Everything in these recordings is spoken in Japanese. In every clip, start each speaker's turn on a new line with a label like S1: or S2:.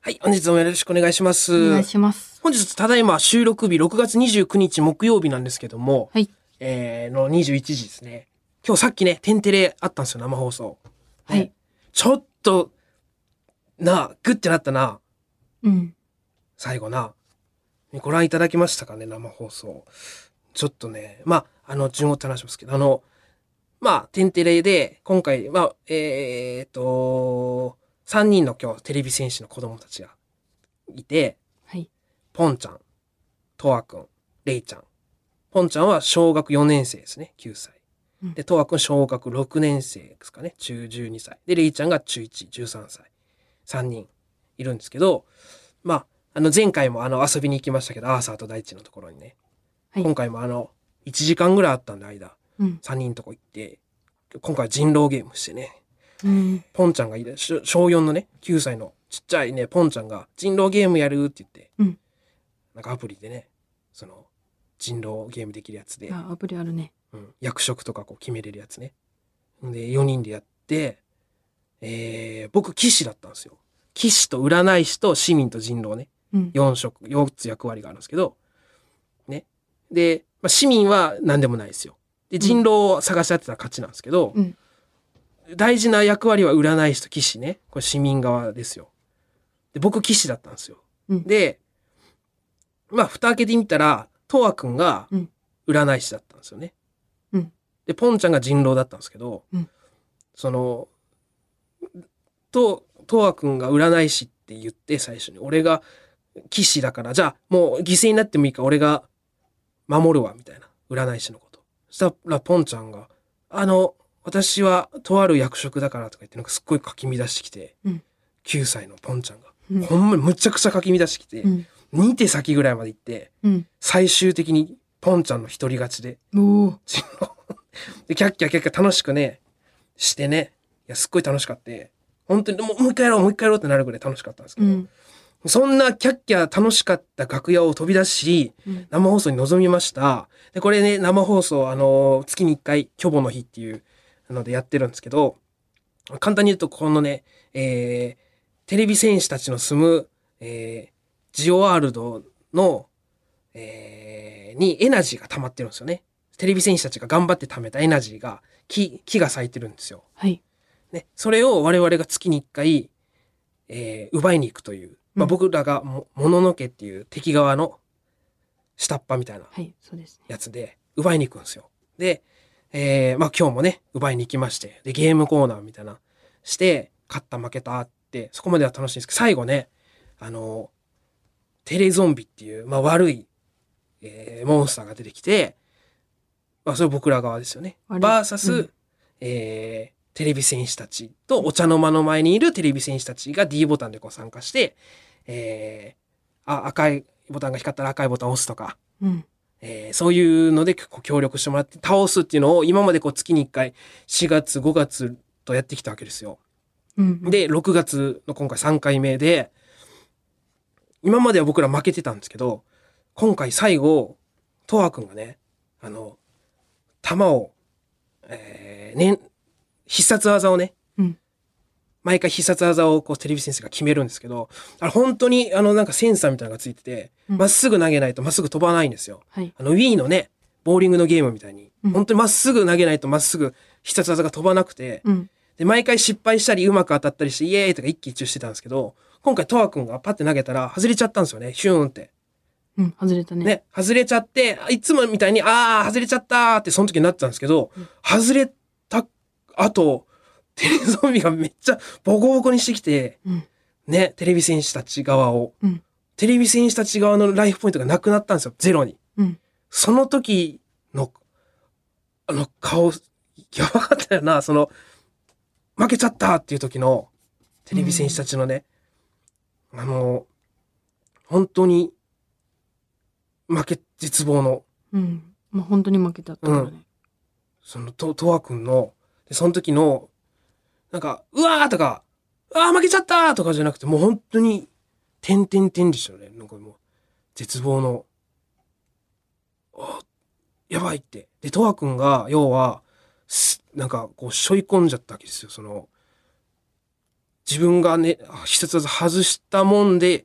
S1: はい、本日もよろしくお願いしま
S2: お願
S1: す
S2: い。します。
S1: 本日、ただいま収録日6月29日木曜日なんですけども、
S2: はい。
S1: えー、の21時ですね。今日さっきね、天テレあったんですよ、生放送。
S2: はい。
S1: ねちょっと、なあ、グッてなったな、
S2: うん。
S1: 最後な。ご覧いただきましたかね、生放送。ちょっとね、まあ、あの、順を追って話しますけど、あの、まあ、天てれで、今回、まあ、えー、っと、3人の今日、テレビ戦士の子供たちがいて、
S2: はい。
S1: ポンちゃん、トワくん、レイちゃん。ポンちゃんは小学4年生ですね、9歳。
S2: うん
S1: で、トワくん小学6年生ですかね、中12歳。で、レイちゃんが中1、13歳。3人いるんですけど、まあ、あの前回もあの遊びに行きましたけど、アーサーと大地のところにね。
S2: はい
S1: 今回もあの、1時間ぐらいあったんで、間。
S2: うん。
S1: 3人のとこ行って、今回人狼ゲームしてね。
S2: うん。
S1: ポンちゃんがいる、しょ小4のね、9歳のちっちゃいね、ポンちゃんが人狼ゲームやるって言って、
S2: うん
S1: なんかアプリでね、その、人狼ゲームできるやつで、
S2: あ、アプリあるね。
S1: うん役職とかこう決めれるやつね。で、4人でやって、えー、僕、騎士だったんですよ。騎士と占い師と市民と人狼ね。
S2: うん。
S1: 4色、4つ役割があるんですけど、ね。で、まあ、市民は何でもないですよ。で、人狼を探し当てたら勝ちなんですけど、
S2: うん
S1: 大事な役割は占い師と騎士ね。これ市民側ですよ。で、僕騎士だったんですよ。
S2: うん
S1: で、まあ、蓋開けてみたら、トワくんが
S2: うん
S1: 占い師だったんですよね。
S2: うん
S1: で、ポンちゃんが人狼だったんですけど、
S2: うん
S1: その、と、トワくんが占い師って言って最初に、俺が騎士だから、じゃあもう犠牲になってもいいから俺が守るわ、みたいな。占い師のこと。そしたらポンちゃんが、あの、私はとある役職だからとか言って、なんかすっごいかき乱してきて、
S2: うん
S1: 9歳のポンちゃんが、
S2: うん
S1: ほんまにむちゃくちゃかき乱してきて、
S2: うん。
S1: 2手先ぐらいまで行って、
S2: うん。
S1: 最終的にポンちゃんの一人勝ちで、
S2: おお。
S1: チンロで、キャッキャキャッキャ楽しくね、してね、いや、すっごい楽しかった。本当にもう、もう一回やろう、もう一回やろうってなるぐらい楽しかったんですけ
S2: う
S1: ど、
S2: ん。
S1: そんなキャッキャ楽しかった楽屋を飛び出し、
S2: うん。
S1: 生放送に臨みました。で、これね、生放送、あの、月に1回、巨母の日っていうのでやってるんですけど、簡単に言うと、このね、えー、テレビ戦士たちの住む、えー、ジオワールドの、えー、にエナジーが溜まってるんですよね。テレビ戦士たちが頑張って貯めたエナジーが、木、木が咲いてるんですよ。
S2: はい。
S1: ね、それを我々が月に1回、えー奪いに行くという、ま
S2: う
S1: あ、
S2: ん
S1: 僕らがももののけっていう敵側の下っ端みたいな
S2: はい。そうですね。
S1: やつで奪いに行くんですよ。で、えーまあ、今日もね奪いに行きましてでゲームコーナーみたいなして勝った負けたってそこまでは楽しいんですけど最後ねあのテレゾンビっていう、まあ、悪い、えーモンスターが出てきて、まあ、それ僕ら側ですよね。
S2: 悪い
S1: バーサス、
S2: うん
S1: えーテレビ戦士たちとお茶の間の前にいるテレビ戦士たちが D ボタンでこう参加して、えーあ赤いボタンが光ったら赤いボタンを押すとか
S2: うん。
S1: えーそういうのでこう協力してもらって倒すっていうのを今までこう月に1回4月5月とやってきたわけですよ。
S2: うん。、
S1: で6月の今回3回目で今までは僕ら負けてたんですけど今回最後とわくんがねあの弾を、えーね、必殺技をね、
S2: うん
S1: 毎回必殺技をこうテレビ先生が決めるんですけどあれ本当にあのなんかセンサーみたいなのがついてて
S2: うん
S1: まっすぐ投げないとまっすぐ飛ばないんですよ。
S2: はい。
S1: あの Wii のね、ボーリングのゲームみたいに、
S2: うん
S1: 本当にまっすぐ投げないとまっすぐ必殺技が飛ばなくて、
S2: うん。
S1: で、毎回失敗したりうまく当たったりして、イエーイとか一喜一憂してたんですけど、今回トワくんがパッて投げたら外れちゃったんですよね、ヒューンって。
S2: うん。外れたね。。
S1: ね、外れちゃって、あいつもみたいに、あー、外れちゃったーってその時になってたんですけど、
S2: うん
S1: 外れた後、テレゾンビがめっちゃボコボコにしてきて、
S2: うん。
S1: ね、テレビ戦士たち側を。
S2: うん
S1: テレビ戦士たち側のライフポイントがなくなったんですよ、ゼロに。
S2: うん。
S1: その時の、あの顔、やばかったよな、その、負けちゃったっていう時の、テレビ戦士たちのね、あの、本当に、負け、絶望の、
S2: うん。まあ、本当に負けたってことね。
S1: その、と、とわくんの、でその時の、なんか、うわーとか、あー負けちゃったーとかじゃなくて、もう本当に、てんてんてんでしたよね。なんかもう、絶望の、あーやばいって。で、とわくんが、要は、すなんか、こう、背負い込んじゃったわけですよ。その、自分がね、必殺技外したもんで、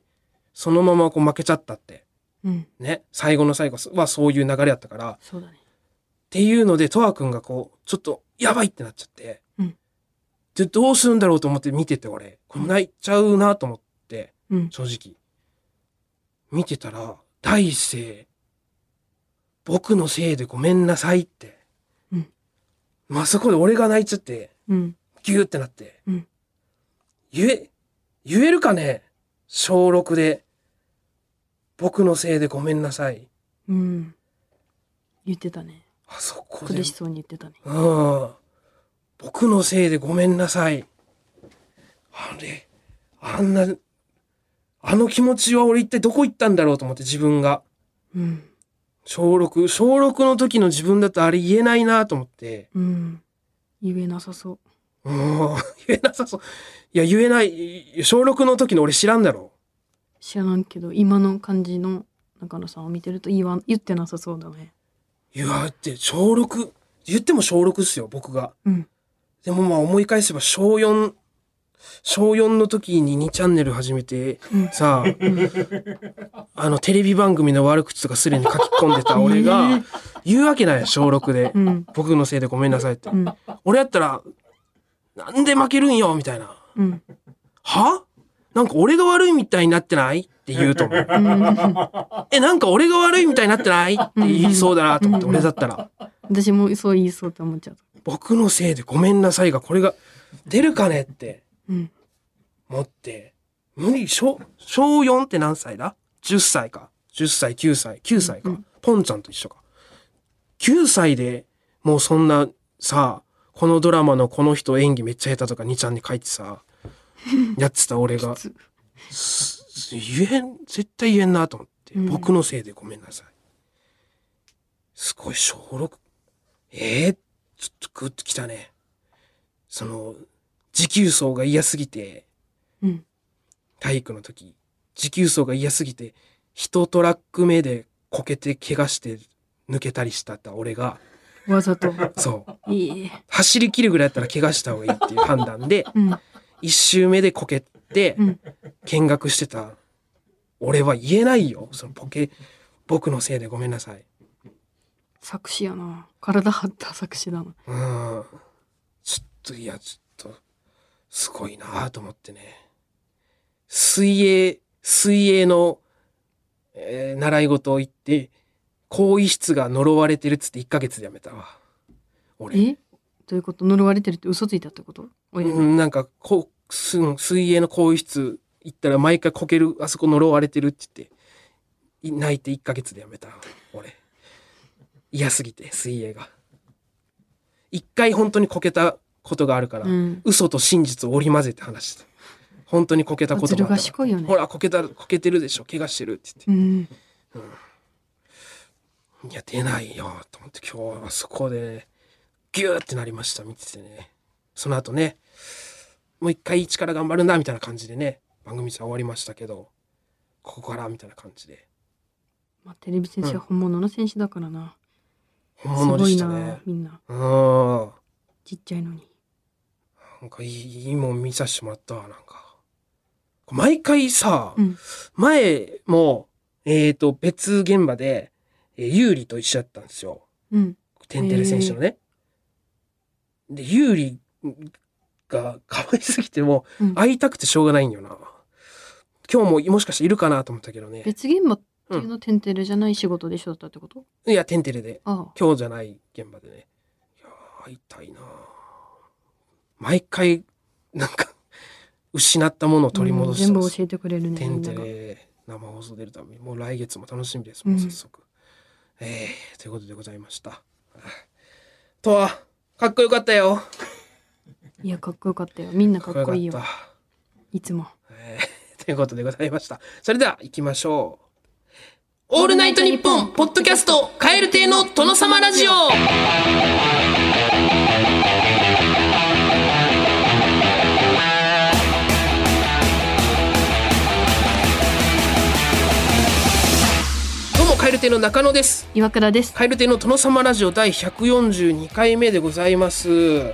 S1: そのままこう負けちゃったって。
S2: うん。
S1: ね。最後の最後はそういう流れだったから、っ
S2: そうだね。
S1: ていうので、トワくんがこう、ちょっと、やばいってなっちゃって。
S2: うん
S1: で、どうするんだろうと思って見てて、俺。これ泣いちゃうなと思って、
S2: うん。
S1: 正直。見てたら、大勢、僕のせいでごめんなさいって。
S2: うん
S1: まあ、そこで俺が泣いちゃって、
S2: うん。
S1: ギューってなって。
S2: うん
S1: 言え、言えるかね小6で。僕のせいでごめんなさい。
S2: うん。言ってたね。
S1: あそこで
S2: 苦し。そうに言ってたね。
S1: うん。僕のせいでごめんなさい。あれ、あんな、あの気持ちは俺一体どこ行ったんだろうと思って自分が。
S2: うん。
S1: 小6、小6の時の自分だとあれ言えないなと思って。
S2: うん。言えなさそう。
S1: うん、言えなさそう。いや、言えない。小6の時の俺知らんだろ
S2: 知らんけど、今の感じの中野さんを見てると言わん言ってなさそうだね。
S1: う。いや、だって、小6、言っても小6っすよ、僕が。
S2: うん。
S1: でもまあ思い返せば小4、小4の時に2チャンネル始めて、
S2: うん
S1: さあ、あのテレビ番組の悪口とかすでに書き込んでた俺が、言うわけないよ小6で
S2: う。ん。
S1: 僕のせいでごめんなさいって
S2: う。ん。
S1: 俺やったら、なんで負けるんよみたいな。
S2: うん。
S1: はなんか俺が悪いみたいになってないって言うと思う。
S2: うん
S1: え、なんか俺が悪いみたいになってないって言いそうだなと思って、俺だったら。
S2: 私もそう言いそうって思っちゃう。
S1: 僕のせいでごめんなさいが、これが出るかねって。
S2: うん。
S1: 持って、無理、小、小4って何歳だ ?10 歳か。10歳、9歳、9歳か。ポンちゃんと一緒か。9歳でもうそんなさ、このドラマのこの人演技めっちゃ下手とか2ちゃんに書いて さ、やってた俺が、
S2: つ
S1: すす言えん、絶対言えんなと思って、
S2: うん
S1: 僕のせいでごめんなさい。すごい、小6。えー、ちょっとグッときたね。その、持久走が嫌すぎて、
S2: うん。
S1: 体育の時、持久走が嫌すぎて、一トラック目でこけて怪我して抜けたりしたった俺が、
S2: わざと。
S1: そう、
S2: いい。
S1: 走り切るぐらいだったら怪我した方がいいっていう判断で、
S2: うん。
S1: 一周目でこけて
S2: うん、
S1: 見学してた、俺は言えないよ。そのポケ、僕のせいでごめんなさい。
S2: 作詞やな。体張った作詞だな。
S1: うん。ちょっと、いや、ちょっと、すごいなぁと思ってね。水泳、水泳の、えー習い事を行って、更衣室が呪われてるっつって1ヶ月でやめたわ。俺。
S2: えどういうこと呪われてるって嘘ついたってこと親に
S1: うん、なんか、こう、す水泳の更衣室行ったら毎回こける、あそこ呪われてるって言って、い泣いて1ヶ月でやめた。俺。嫌すぎて、水泳が。一回本当にこけたことがあるから、
S2: うん
S1: 嘘と真実を織り交ぜて話してた。本当にこけたこと
S2: ず
S1: が
S2: る
S1: あったら
S2: 賢いよね
S1: ほら、こけた、こけてるでしょ、怪我してるって言って。
S2: うん
S1: いや、出ないよ、と思って今日はそこで、ね、ギューってなりました、見ててね。その後ね、もう一回一から頑張るんだ、みたいな感じでね、番組さん終わりましたけど、ここから、みたいな感じで。
S2: まあ、テレビ選手は本物の選手だからな、
S1: 本
S2: す
S1: 物で
S2: ごい
S1: した
S2: な、
S1: ね。
S2: みんな
S1: うん。な
S2: ちっちゃいのに
S1: んかいい、いいもん見させてもらったわ、なんか。毎回さ、
S2: うん
S1: 前も、えっ、と、別現場で、えー、ユーリと一緒だったんですよ。
S2: うん
S1: テンテレ選手のね。で、ユーリが可愛すぎてもう
S2: うん
S1: 会いたくてしょうがないんよな。今日ももしかしているかなと思ったけどね。
S2: 別現場っていうのテンテレじゃない仕事で一緒だったってこと、
S1: いや、テンテレで。
S2: ああ
S1: 今日じゃない現場でね。いやー、会いたいな毎回、なんか、失ったものを取り戻して
S2: うん
S1: たん
S2: 全
S1: で
S2: 部
S1: す
S2: 教えてくれるね
S1: テ
S2: み
S1: ン
S2: んな
S1: テ
S2: が
S1: レ生放送出るために、もう来月も楽しみです、もう早速。えー、ということでございました。とは、かっこよかったよ。
S2: いやかっこよかったよみんなかっこいいよ
S1: かっこよかった
S2: いつも
S1: えー ということでございました。それでは行きましょう。オールナイトニッポンポッドキャストカエル亭の殿様ラジオどうもカエル亭の中野です。
S2: 岩 倉です
S1: カエル亭の殿様ラジオ第142回目でございます。えー、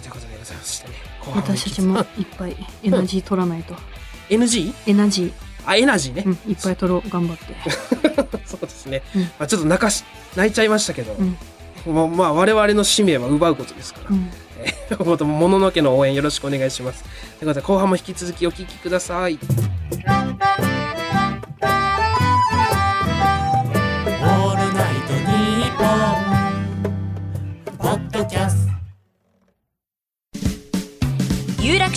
S1: ということでございましてね、後半の
S2: 私たちもいっぱいエナジー取らないと
S1: NG?
S2: エナジ
S1: あエナジーね
S2: ー、、うん、いっぱい取ろう頑張って
S1: そうですね、
S2: うん
S1: まあ、ちょっと泣かし泣いちゃいましたけど、
S2: うん
S1: もうまあ我々の使命は奪うことですから
S2: う、ん
S1: 今後とももののけの応援よろしくお願いしますということで後半も引き続きお聞きください
S3: オールナイトニッポン」ポッドキャスト
S4: 有楽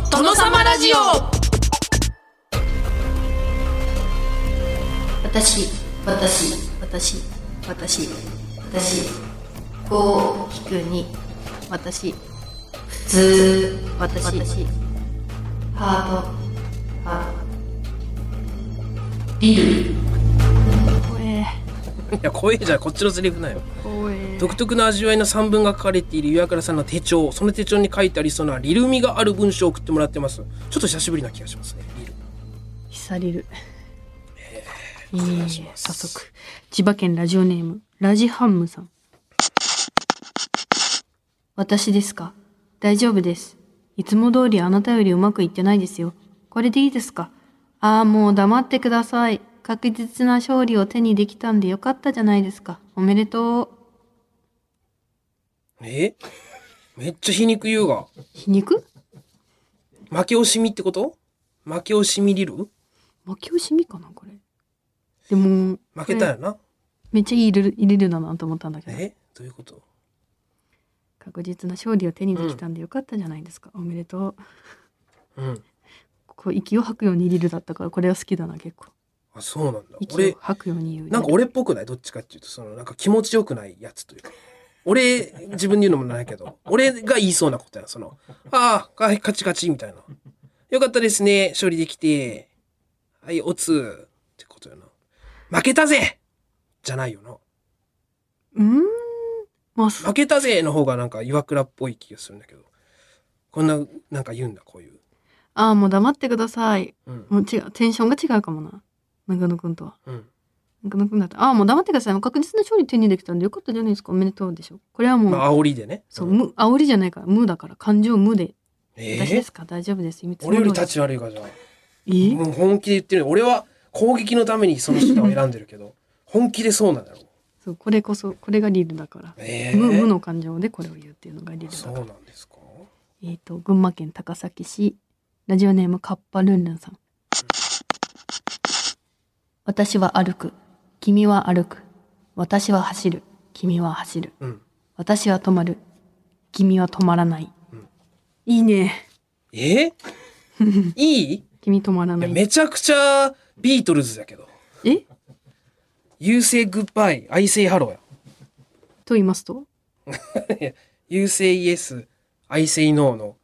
S5: 殿様ラジオ私私私私私五引く二私普通私私ハートハートビル
S2: 怖え
S1: いや声じゃこっちのセリフなんよ
S2: 怖え
S1: 独特な味わいの散文が書かれている岩倉さんの手帳その手帳に書いてありそうなリルミがある文章を送ってもらってますちょっと久しぶりな気がしますねリル
S2: ひさりる。え
S1: お願い
S2: ー
S1: します
S2: 早速。千葉県ラジオネーム、ラジハンムさん。私ですか大丈夫です。いつも通りあなたよりうまくいってないですよ。これでいいですかああ、もう黙ってください。確実な勝利を手にできたんでよかったじゃないですか。おめでとう。
S1: えめっちゃ皮肉言うが
S2: 皮肉
S1: 負け惜しみってこと負け惜しみリル
S2: 負け惜しみかなこれ。でも、
S1: 負けたよ
S2: これ
S1: な
S2: めっちゃいいルール、いいルールだなと思ったんだけど。
S1: えどういうこと
S2: 確実な勝利を手にできたんでよかったじゃないですか、おめでとう
S1: うん
S2: こう息を吐くようにリルだったからこれは好きだな結構
S1: あそうなんだ
S2: 息
S1: 俺
S2: を吐くように言う
S1: なんか俺っぽくないどっちかっていうと、そのなんか気持ちよくないやつというか。俺、自分で言うのもないけど、俺が言いそうなことやなその、ああ、はいカチカチみたいな。よかったですね、勝利できて。はい、おつってことやな。負けたぜじゃないよな。
S2: うーんまあそ
S1: 負けたぜの方がなんか岩倉っぽい気がするんだけど。こんな、なんか言うんだ、こういう。
S2: ああもう黙ってください
S1: うん。
S2: もう違うテンションが違うかもな中野くんとは
S1: うん。
S2: 中野くんだったらああもう黙ってくださいもう確実な勝利手にできたんでよかったじゃないですかおめでとうでしょこれはもう、
S1: まあ、煽りでね。
S2: そう、
S1: ん
S2: 無煽りじゃないから無だから感情無で、
S1: え
S2: 私で
S1: ー
S2: すか大丈夫です今
S1: 俺より立ち悪いかじゃあ。
S2: え
S1: もう本気で言ってるよ俺は攻撃のためにその手段を選んでるけ ど本気でそうなんだろう
S2: そうこれこそこれがリルだから、
S1: え
S2: 無無
S1: ー、
S2: の感情でこれを言うっていうのがリルだか
S1: そ
S2: ら
S1: うなんですか
S2: えっ、と、群馬県高崎市、ラジオネームカッパルンルンさん。私は歩く。君は歩く。私は走る。君は走る。
S1: うん
S2: 私は止まる。君は止まらない。
S1: ん
S2: いいね。
S1: えー、いいい
S2: 君止まらな
S1: や
S2: い。
S1: めちゃくちゃビートルズだけど
S2: え
S1: 「You say goodbye I say hello や」
S2: と言いますと
S1: 「You say yes I say no」の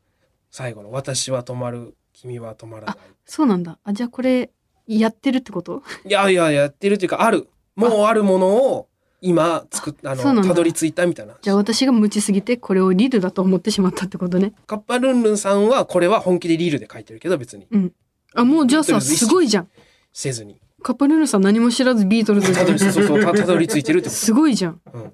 S1: 最後の「私は止まる君は止まらない
S2: そうなんだ。あ、じゃあこれ、やってるってこと」
S1: いやいややってるというかあるもうあるものを今作っあ
S2: そう
S1: の
S2: なんだ
S1: たどり着いたみたいな
S2: じゃあ私が無知すぎて、これをリルだと思ってしまったってことね。
S1: カッパルンルンさんはこれは本気でリールで書いてるけど別に
S2: あ、もうじゃあ
S1: とりあえ
S2: さ、
S1: ず意識
S2: すごいじゃん。
S1: せずに
S2: カッパルンルンさん何も知らずビートルズ
S1: たどり
S2: で
S1: そうそうたたどり着いてるってこと
S2: すごいじゃん。
S1: うん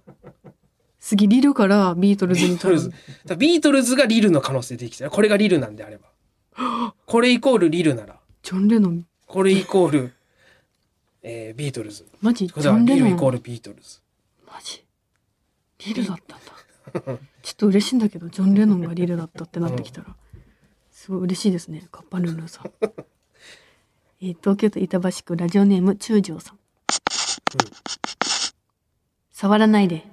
S2: すげえリルからビートルズ
S1: ビ
S2: に
S1: ートルズ。だビートルズがリルの可能性できてる。これがリルなんであれば。これイコールリルなら、
S2: ジョン・レノン
S1: これイコール、えービートルズ。
S2: マジジ
S1: これは
S2: ョン・
S1: リ
S2: レノ
S1: ル
S2: ン
S1: イコー
S2: マ
S1: ルビートルズ。
S2: ジリルだったんだちょっと嬉しいんだけどジョン・レノンがリルだったってなってきたらすごい嬉しいですねカッパルンルンさんえー東京都板橋区ラジオネーム中条さん、触らないで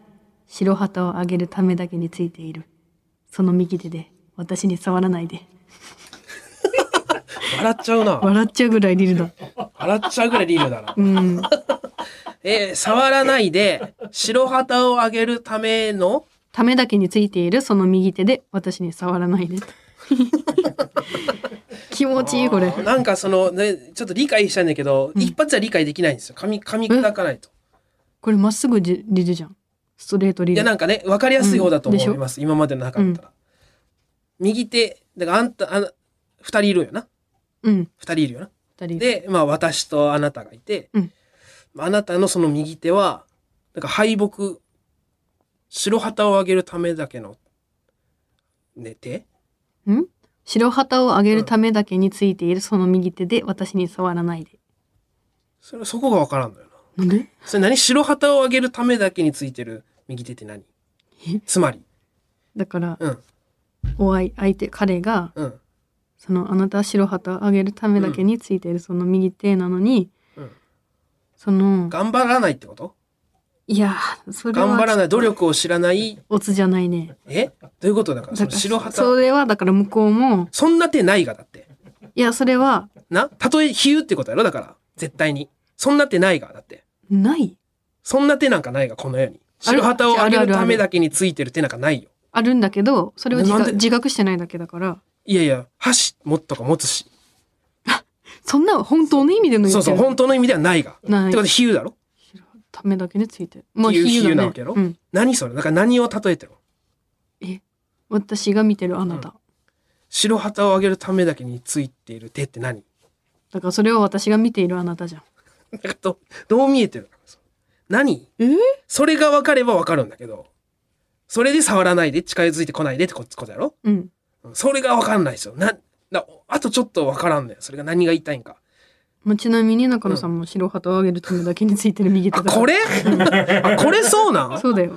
S2: 白旗を上げるためだけについているその右手で私に触らないで
S1: 笑っちゃうな。
S2: 笑っちゃうぐらいリルだ
S1: 笑っちゃうぐらいリルだな。
S2: うん
S1: えー触らないで、白旗を上げるための、
S2: ためだけについているその右手で私に触らないでと気持ちいい、これ。
S1: なんかその、ね、ちょっと理解したんだけど、
S2: うん
S1: 一発じゃ理解できないんですよ。噛み、噛み砕かないと。
S2: これまっすぐリリルじゃん。ストレートリ
S1: いや、
S2: ル。
S1: なんかね、わかりやすい方だと
S2: うん
S1: 思
S2: でしょ
S1: います。今までの中だったら。右手、だからあんた、あの、二人いるよな。
S2: うん。
S1: 二人いるよな。
S2: 二人。
S1: で、まあ私とあなたがいて、
S2: うん
S1: まああなたのその右手は、なんか敗北、白旗を上げるためだけの、ね、手
S2: ん白旗を上げるためだけについているその右手で私に触らないで。
S1: それ、そこがわからんのよな。
S2: なんで
S1: それ何白旗を上げるためだけについてる右手って何
S2: え
S1: つまり、
S2: だから、
S1: うん、
S2: お相相手、彼が、
S1: うん、
S2: そのあなたは白旗を上げるためだけについているその右手なのに、
S1: うん
S2: その、
S1: 頑張らないってこと
S2: いや、それ
S1: 頑張ら
S2: は、
S1: ない、努力を知らない、
S2: オツじゃないね。
S1: えどういうことだから、そ
S2: だ
S1: の
S2: から、
S1: 白旗
S2: それはだから向こうも、
S1: そんな手ないがだって。
S2: いや、それは、
S1: なたとえ比喩ってことやろだから、絶対に。そんな手ないがだって。
S2: ない
S1: そんな手なんかないが、この世に。
S2: ある
S1: 白旗を上げ
S2: あるあ
S1: る
S2: るある
S1: ためだけについてる手なんかないよ。
S2: あるんだけど、それを自
S1: なんで
S2: 覚自覚してないだけだから、
S1: いやいや、箸持ったか持つし。
S2: そんな本当の意味での言
S1: そう
S2: って
S1: そう、
S2: る
S1: 本当の意味ではないが。って
S2: ない
S1: ことで比喩だろ
S2: ためだけについてる。ま
S1: っていう比喩
S2: だね
S1: なわけやろ
S2: うん。
S1: 何それだから何を例えてるの
S2: 私が見てるあなた。
S1: 白旗を上げるためだけについている手って何
S2: だからそれを私が見ているあなたじゃん。
S1: なんかどどう見えてるの何
S2: え
S1: それが分かれば分かるんだけど、それで触らないで近づいてこないでってこことやろ
S2: うん。
S1: うんそれが分かんないですよ。な、なあとちょっと分からんのよ。それが何が言いたいんか。
S2: まあ、ちなみに中野さんも白旗を上げるためだけについてる右手
S1: あ、
S2: だから
S1: これ あ、これそうなん
S2: そうだよ。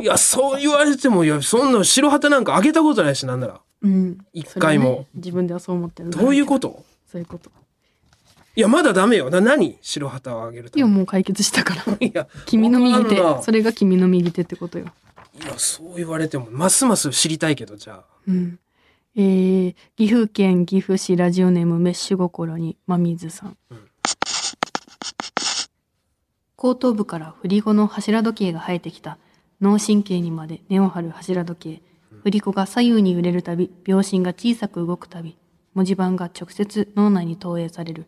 S1: いや、そう言われても、いや、そんな白旗なんかあげたことないし、なんなら。
S2: うん。
S1: 一回も
S2: それはね自分ではそう思ってるんだろ
S1: どういう
S2: けど
S1: こと
S2: そういうこと。
S1: いや、まだダメよ。な、何白旗をあげるた
S2: いや、
S1: め
S2: もう解決したから。
S1: いや、
S2: 君の右手
S1: わかんな。
S2: それが君の右手ってことよ。
S1: いや、そう言われても、ますます知りたいけど、じゃあ。
S2: うん。えー、岐阜県岐阜市ラジオネームメッシュ心にまみずさん、後頭部から振り子の柱時計が生えてきた脳神経にまで根を張る柱時計振り子が左右に揺れるたび秒針が小さく動くたび文字盤が直接脳内に投影される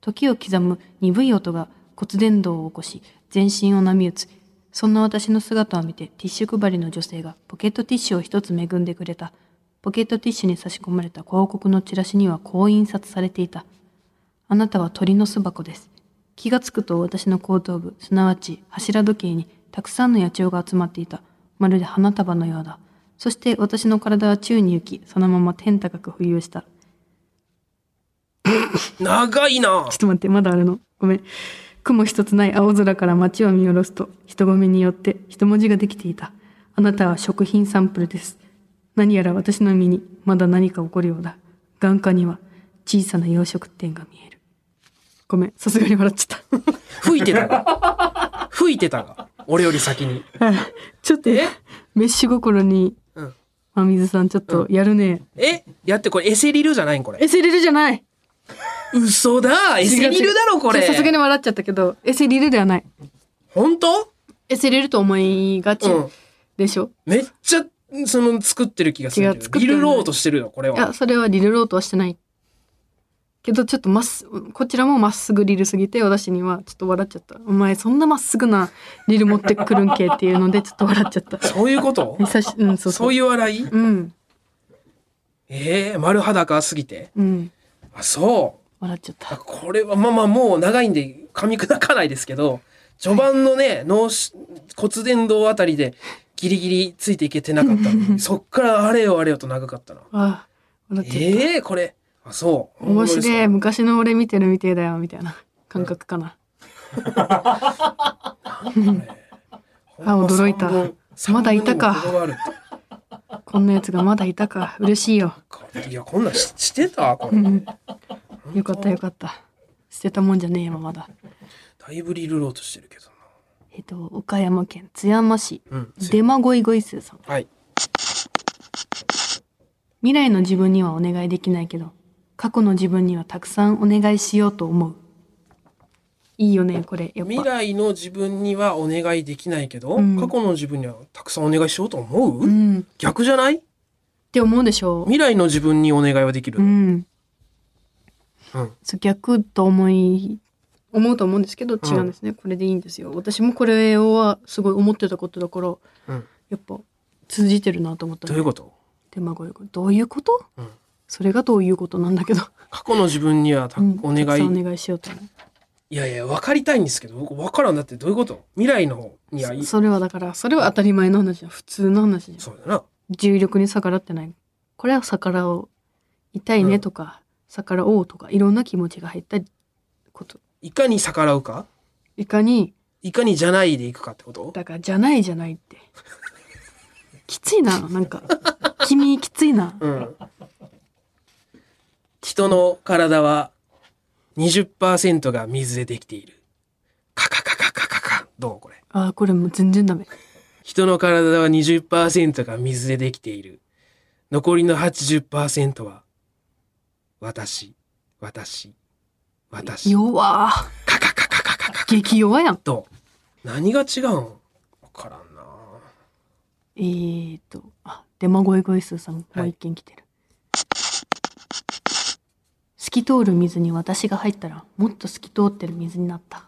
S2: 時を刻む鈍い音が骨伝導を起こし全身を波打つそんな私の姿を見てティッシュ配りの女性がポケットティッシュを一つ恵んでくれたポケットティッシュに差し込まれた広告のチラシにはこう印刷されていたあなたは鳥の巣箱です。気がつくと私の後頭部、すなわち柱時計にたくさんの野鳥が集まっていた。まるで花束のようだ。そして私の体は宙に行き、そのまま天高く浮遊した。ち
S1: 長いな
S2: ょっと待って、まだあるの。ごめん。雲一つない青空から街を見下ろすと、人混みによって人文字ができていた。あなたは食品サンプルです。何やら私の身にまだ何か起こるようだ。眼下には小さな洋食店が見える。ごめん、さすがに笑っちゃった。
S1: 吹いてたが。 吹いてたが。俺より先に。
S2: ちょっと、メッシュ心に、
S1: うん
S2: まみずさん、ちょっとやるね。
S1: えやってこれエセリルじゃないんこれ。
S2: エセリルじゃない
S1: 嘘だエセリルだろこれ。
S2: ちょっとさすがに笑っちゃったけど、エセリルではない。
S1: 本当
S2: エセリルと思いがち
S1: うん
S2: でしょ。
S1: めっちゃ、その、作ってる気がする
S2: 違う
S1: け
S2: 作
S1: ど。
S2: って
S1: リ
S2: な
S1: ル
S2: い
S1: ローとしてるよ、これ
S2: いや、
S1: は。
S2: それはリルローとはしてない。けど、ちょっとまっす、こちらもまっすぐリルすぎて、私にはちょっと笑っちゃった。お前、そんなまっすぐなリル持ってくるんけっていうので、ちょっと笑っちゃった。
S1: そういうこと
S2: 久しうん、 そ
S1: そ
S2: うそう
S1: う。いう笑い
S2: うん、
S1: ええ丸裸すぎて。
S2: うん。
S1: あ、そう。
S2: 笑っちゃった。
S1: これはまあまあもう長いんで噛み砕かないですけど序盤のね脳し骨伝導あたりでギリギリついていけてなかったの にそっからあれよあれよと長かったな
S2: ああ、笑っちゃった。
S1: ええこれあそう
S2: 面白い
S1: い
S2: 昔の俺見てるみてえだよみたい な感覚かな、あ驚いたまだいたかこんなやつがまだいた か嬉しいよ、
S1: いやこんなんししてたこれ
S2: うん、よかったよかった捨てたもんじゃねえよまだ
S1: だいぶリルローとしてるけど
S2: えっと岡山県津山市、
S1: なうん
S2: デマゴイゴイスーさん
S1: はい
S2: 未来の自分にはお願いできないけど過去の自分にはたくさんお願いしようと思ういいよねこれやっ
S1: 未
S2: ぱ
S1: 来の自分にはお願いできないけど、
S2: うん
S1: 過去の自分にはたくさんお願いしようと思う、
S2: うんっ
S1: 逆じゃない
S2: て思うでしょ
S1: 未来の自分にお願いはできる
S2: う、ん
S1: うん
S2: そう逆と思い思うと思うんですけど違うんですね、これでいいんですよ私もこれはすごい思ってたことだから
S1: うん。
S2: やっぱ通じてるなと思った
S1: どういうこと
S2: と手間がよくどういうこと、
S1: うん
S2: それがどういうことなんだけど、
S1: 過去の自分にはた
S2: うん
S1: お願
S2: たくさん
S1: い。
S2: お願いしようと思う
S1: いやいや、分かりたいんですけど、僕分からんだってどういうこと未来の方にはい
S2: そそれはだからそれは当たり前の話じゃん普通の話じゃん
S1: そうだな。
S2: 重力に逆らってないこれは逆らおう痛いねとか、逆らおうとかいろんな気持ちが入ったこと
S1: いかに逆らうか
S2: いかに
S1: いかにじゃないでいくかってこと
S2: だからじゃないじゃないってきついななんか君きついな
S1: うん。人の体は20%が水でできている。カカカカカカカ。どうこれ。
S2: あーこれもう全然ダメ
S1: 人の体は20%が水でできている。残りの80%は、私、私、私。
S2: 弱ー
S1: カカカカカカカカ。
S2: 激弱やん
S1: どう何が違うんわからんな
S2: えーとあデマゴイゴイスーさんも
S1: は
S2: う
S1: い
S2: 一件来てる、透き通る水に私が入ったらもっと透き通ってる水になった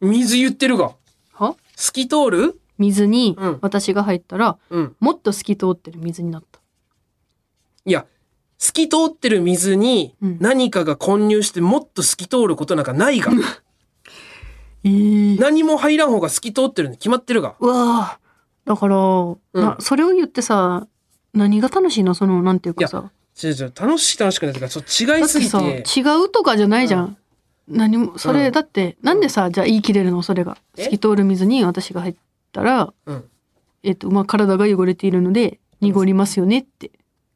S1: 水言ってるが。
S2: は
S1: 透き通る
S2: 水に
S1: うん
S2: 私が入ったら、
S1: うん。
S2: もっと透き通ってる水になった。
S1: いや、透き通ってる水に
S2: うん
S1: 何かが混入してもっと透き通ることなんかないが。
S2: ええ
S1: 何も入らん方が透き通ってるに決まってるが。
S2: うわあ。だから、なそれを言ってさ、何が楽しいのその、なんていうかさ。
S1: 違う違う、楽しい楽しくないというか、ちょっと違
S2: だ
S1: い
S2: っ
S1: す
S2: て
S1: ぎ
S2: さ、
S1: て。
S2: 違うとかじゃないじゃん。何も、そ
S1: う
S2: れ、
S1: ん
S2: だって、なんでさ、じゃあ言い切れるのそれが。
S1: え
S2: 透き通る水に私が入ったら、
S1: うん
S2: えっと、まあ、体が汚れているので、濁りますよねって。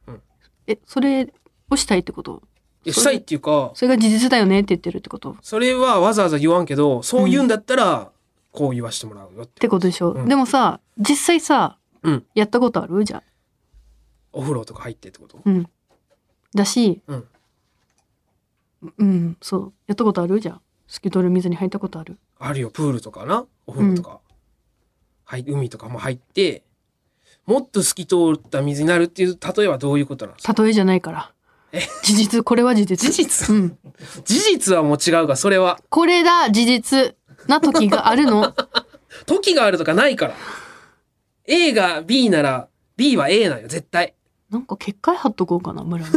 S1: うん
S2: え、それをしたいってこと
S1: いやしたいっていうか、
S2: それが事実だよねって言ってるってことっ
S1: それはわざわざ言わんけど、そう言うんだったら、こう言わしてもらうよって。
S2: てことでしょ、
S1: うん
S2: でもさ、実際さ、
S1: うん
S2: やったことあるじゃあ
S1: お風呂とか入ってってこと
S2: うん。だし、
S1: うん
S2: うん、そう。やったことあるじゃん。透き通る水に入ったことある。
S1: あるよ、プールとかな。お風呂とか。はい、海とかも入って、もっと透き通った水になるっていう、例えばどういうことなんですか
S2: 例えじゃないから。事実、これは事実。
S1: 事実
S2: うん。
S1: 事実はもう違うが、それは。
S2: これだ、事実。な時があるの。
S1: 時があるとかないから。A が B なら、B は A なんよ、絶対。
S2: なんか結界貼っとこうかな、村に。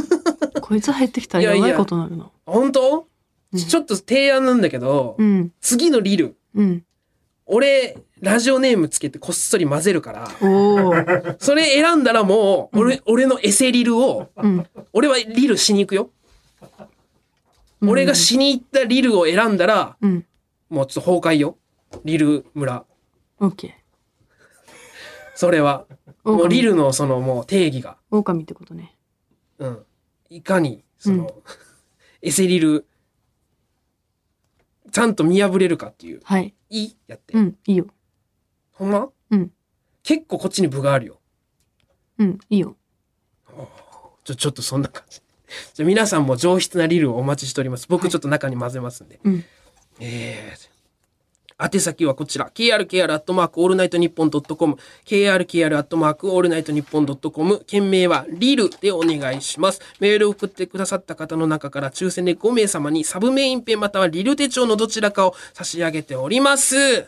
S2: こいつ入ってきたら
S1: いやい
S2: や
S1: や
S2: ばいことになるな。
S1: 本当、
S2: うん
S1: ちょっと提案なんだけど、
S2: うん。
S1: 次のリル、
S2: うん。
S1: 俺、ラジオネームつけてこっそり混ぜるから、
S2: おー。
S1: それ選んだらもう、俺、俺のエセリルを、
S2: うん。
S1: 俺はリルしに行くよ。
S2: うん
S1: 俺がしに行ったリルを選んだら、
S2: うん。
S1: もうちょっと崩壊よ。リル村。
S2: オッケー。
S1: それは。もうリルのそのもう定義が。
S2: 狼ってことね。
S1: うん。いかに、その、エセリル、ちゃんと見破れるかっていう。
S2: はい。
S1: いいやって。
S2: うん。いいよ。
S1: ほんま
S2: うん。
S1: 結構こっちに部があるよ。
S2: うん。いいよ。
S1: ちょ、 ちょっとそんな感じ。じゃあ皆さんも上質なリルをお待ちしております。僕ちょっと中に混ぜますんで。
S2: うん
S1: えー宛先はこちら。krkr アットマークオールナイトニッポンドットコム。krkr アットマークオールナイトニッポンドットコム。件名はリルでお願いします。メールを送ってくださった方の中から抽選で5名様にサブメインペンまたはリル手帳のどちらかを差し上げております。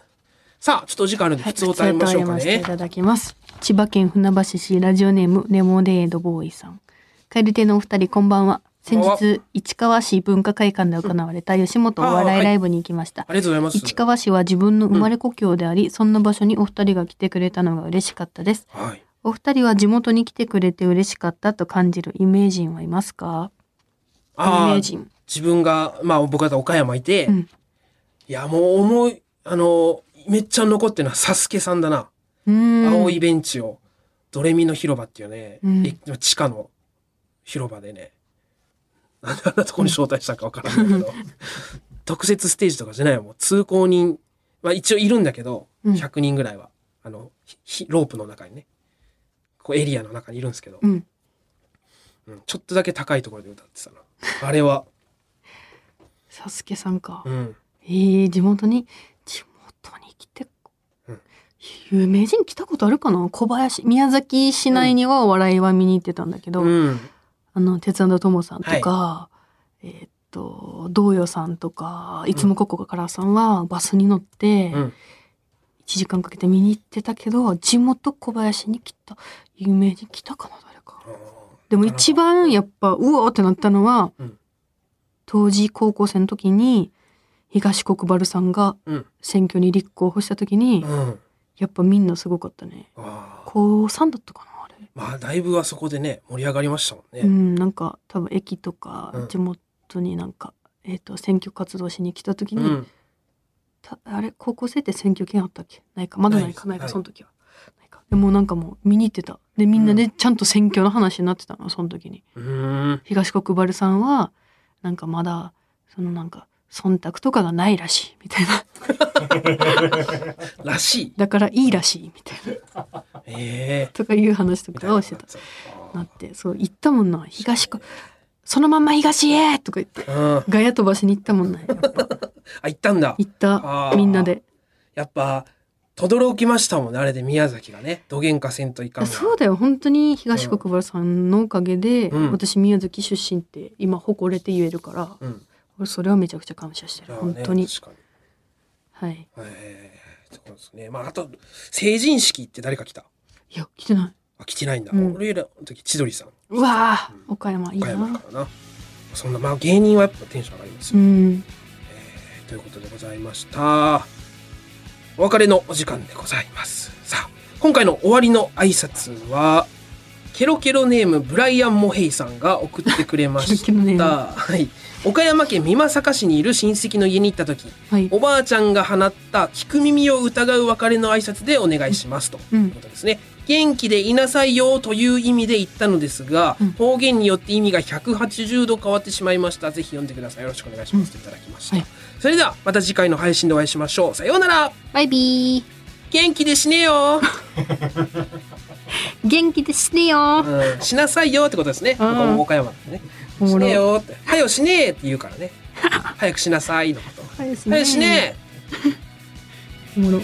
S1: さあ、ちょっとお時間あるんで、
S2: はい、
S1: 普通を食べましょうか
S2: 普通歌を読ませてい
S1: ね。
S2: ただきます。千葉県船橋市ラジオネームレモネードボーイさん。蛙亭のお二人こんばんは。先
S1: こんばん
S2: 日市川市文化会館で行われた吉本お
S1: あー
S2: 笑
S1: はい
S2: いライブに行きました。
S1: ありがとうございます。
S2: 市川市は自分の生まれ故郷であり、そんな場所にお二人が来てくれたのが嬉しかったです。
S1: はい。
S2: お二人は地元に来てくれて嬉しかったと感じる有名人はいますか？有
S1: あー
S2: 名人。
S1: 自分が、まあ僕は岡山いて、
S2: うん
S1: いやもう思い、あの、めっちゃ残ってるのはサスケさんだな。
S2: うーん。
S1: 青いベンチを、ドレミの広場っていうね、
S2: うん
S1: え地下の広場でね、なんであんなとこに招待したかわからないけ ど、特設ステージとかじゃないよもう通行人、まあ一応いるんだけど、
S2: うん
S1: 100人ぐらいは、あの、ひひロープの中にね、こうエリアの中にいるんですけど、
S2: うん。
S1: うんちょっとだけ高いところで歌ってたな。あれは、
S2: サスケさんか。
S1: うん。
S2: ええ地元に地元に来て、
S1: うん
S2: 有名人来たことあるかな小林宮崎市内にはお笑いは見に行ってたんだけど、
S1: うん。
S2: あの鉄腕ともさんとか、えーっと、道与さんとか、いつもここからさんはバスに乗って、
S1: うん
S2: 1時間かけて見に行ってたけど、地元小林に来た、有名人来たかな、誰か。でも一番やっぱ、うおーってなったのは、
S1: うん
S2: 当時高校生の時に、東国原さんが
S1: うん
S2: 選挙に立候補した時に、
S1: うん。
S2: やっぱみんなすごかったね。
S1: ああ。
S2: 高3だったかな、あれ。
S1: まあ、だいぶあそこでね、盛り上がりましたもん
S2: う
S1: ね。
S2: ん、なんか多分駅とか
S1: うん
S2: 地元になんか、えっ、と選挙活動しに来た時に、
S1: うん。
S2: たあれ高校生って選挙権あったっけないかまだないか
S1: な
S2: ないい
S1: ですはい
S2: かその時は、ないかでもうなんかもう見に行ってたでみんなでちゃんと選挙の話になってたのその時に
S1: うーん。
S2: 東国原さんはなんかまだそのなんか忖度とかがないらしいみたいな
S1: らしい。
S2: だからいいらしいみたいな
S1: ええ。
S2: とかいう話と
S1: みたい
S2: か
S1: な
S2: をしてたなってそう言ったもんな東国そのまんま東へとか言っ
S1: う
S2: て
S1: ん。あ、
S2: ガヤ飛ばしに行ったもんな やっぱ
S1: 行ったんだ。
S2: 行っ
S1: あ
S2: た
S1: ー
S2: みんなで
S1: やっぱ、とどろきましたもんね、あれで宮崎がね。どげんかせんといかんが。
S2: そうだよ本当に東国原さんのおかげで、
S1: うん
S2: 私宮崎出身って今誇れて言えるから、
S1: うん。
S2: 俺それはめちゃくちゃ感謝して
S1: じ
S2: る
S1: ゃあ
S2: 本
S1: ね
S2: 当に、
S1: 確かに。
S2: はい
S1: ええ。そうですね。まあ、あと、成人式って誰か来た
S2: いや来てない
S1: あ、来てないんだ。
S2: うん
S1: 俺らの時、千鳥さん。
S2: うわー、岡山いい
S1: 岡山
S2: な
S1: からな。そんな、まあ、芸人はやっぱテンション上がりますよ
S2: う。ん
S1: ということでございました。お別れのお時間でございます。さあ、今回の終わりの挨拶は、ケロケロネームブライアン・モヘイさんが送ってくれまし
S2: ケロケロネーム
S1: た。はい、岡山県美作市にいる親戚の家に行った時、
S2: はい
S1: おばあちゃんが放った聞く耳を疑う別れの挨拶でお願いしますと。
S2: う
S1: と
S2: ん
S1: いうことですね。元気でいなさいよという意味で言ったのですが、
S2: うん
S1: 方言によって意味が180度変わってしまいました。ぜひ読んでください。よろしくお願いします。といただきました。
S2: はい
S1: それではまた次回の配信でお会いしましょう。さようなら。
S2: バイビ
S1: 元気で死ねよ。
S2: ー元気で死ねよー
S1: うん、しなさいよってことですね。こ
S2: うん
S1: こも岡山でね。
S2: お
S1: 死
S2: もろ
S1: ねよって。はよ死ねーって言う からね。早くしなさいのこと。
S2: 早いです
S1: はよ死ねー。
S2: おもろ